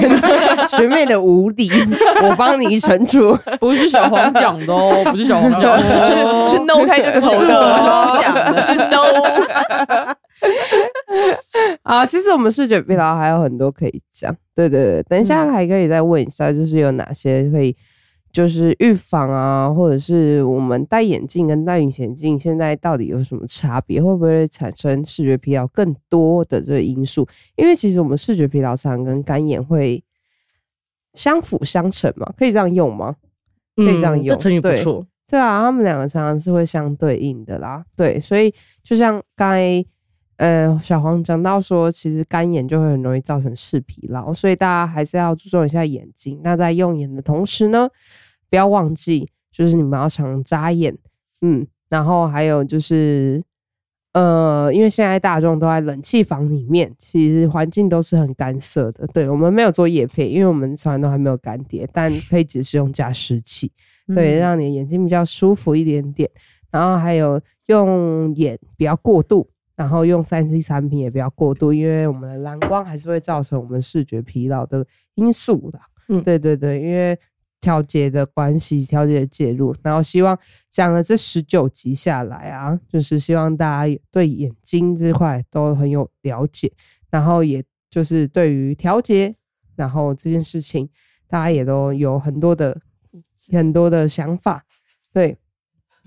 [SPEAKER 1] 学妹的无理，我帮你惩处。
[SPEAKER 2] 不是小黄讲的哦，不是小黄讲
[SPEAKER 4] 是是 no 开这个头
[SPEAKER 1] 是
[SPEAKER 4] 的，
[SPEAKER 1] 哦
[SPEAKER 4] 讲的是 no。
[SPEAKER 1] 啊，其实我们视觉疲劳还有很多可以讲。对对对，等一下还可以再问一下，就是有哪些可以，就是预防啊，或者是我们戴眼镜跟戴隐形眼镜现在到底有什么差别？会不会产生视觉疲劳更多的这个因素？因为其实我们视觉疲劳常常跟干眼会相辅相成嘛，可以这样用吗？
[SPEAKER 3] 可
[SPEAKER 1] 以这样用
[SPEAKER 3] 嗯这成语不
[SPEAKER 1] 对
[SPEAKER 3] 错。
[SPEAKER 1] 对啊，他们两个常常是会相对应的啦。对，所以就像刚才呃小黄讲到说，其实干眼就会很容易造成视疲劳，所以大家还是要注重一下眼睛。那在用眼的同时呢，不要忘记就是你们要常眨眼，嗯，然后还有就是。呃，因为现在大众都在冷气房里面，其实环境都是很干涩的。对我们没有做夜配，因为我们从来都还没有干碟，但可以只是用加湿器。
[SPEAKER 4] 嗯
[SPEAKER 1] 对，让你的眼睛比较舒服一点点。然后还有用眼不要过度，然后用三 C 产品也不要过度，因为我们的蓝光还是会造成我们视觉疲劳的因素的。
[SPEAKER 3] 嗯
[SPEAKER 1] 对对对，因为调节的关系，调节的介入，然后希望讲了这十九集下来啊，就是希望大家也对眼睛这块都很有了解，然后也就是对于调节，然后这件事情，大家也都有很多的很多的想法。对，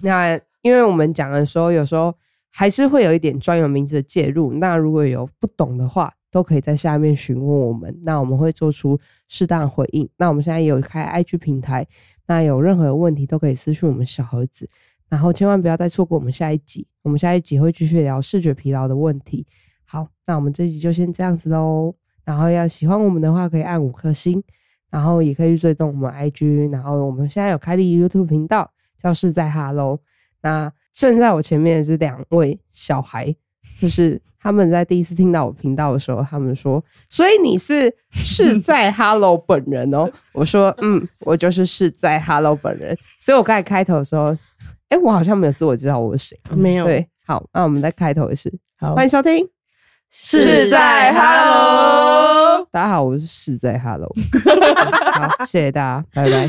[SPEAKER 1] 那因为我们讲的时候，有时候还是会有一点专有名词的介入。那如果有不懂的话，都可以在下面询问我们，那我们会做出适当的回应。那我们现在也有开 IG 平台，那有任何问题都可以私讯我们小盒子。然后千万不要再错过我们下一集，我们下一集会继续聊视觉疲劳的问题。好，那我们这集就先这样子喽。然后要喜欢我们的话，可以按五颗星，然后也可以去追踪我们 IG。然后我们现在有开立 YouTube 频道，叫是在哈喽。那正在我前面的是两位小孩，就是他们在第一次听到我频道的时候，他们说：“所以你是是在 Hello 本人哦。”我说：“嗯，我就是是在 Hello 本人。”所以我刚才开头的时候，哎、我好像没有自我介绍我是谁。
[SPEAKER 3] 没有，
[SPEAKER 1] 对，好，那我们在开头也是，
[SPEAKER 3] 好
[SPEAKER 1] 欢迎收听。
[SPEAKER 3] 是
[SPEAKER 4] 在 Hello [LAUGHS]
[SPEAKER 1] 大家好，我是是在 Hello。好，谢谢大家，拜拜。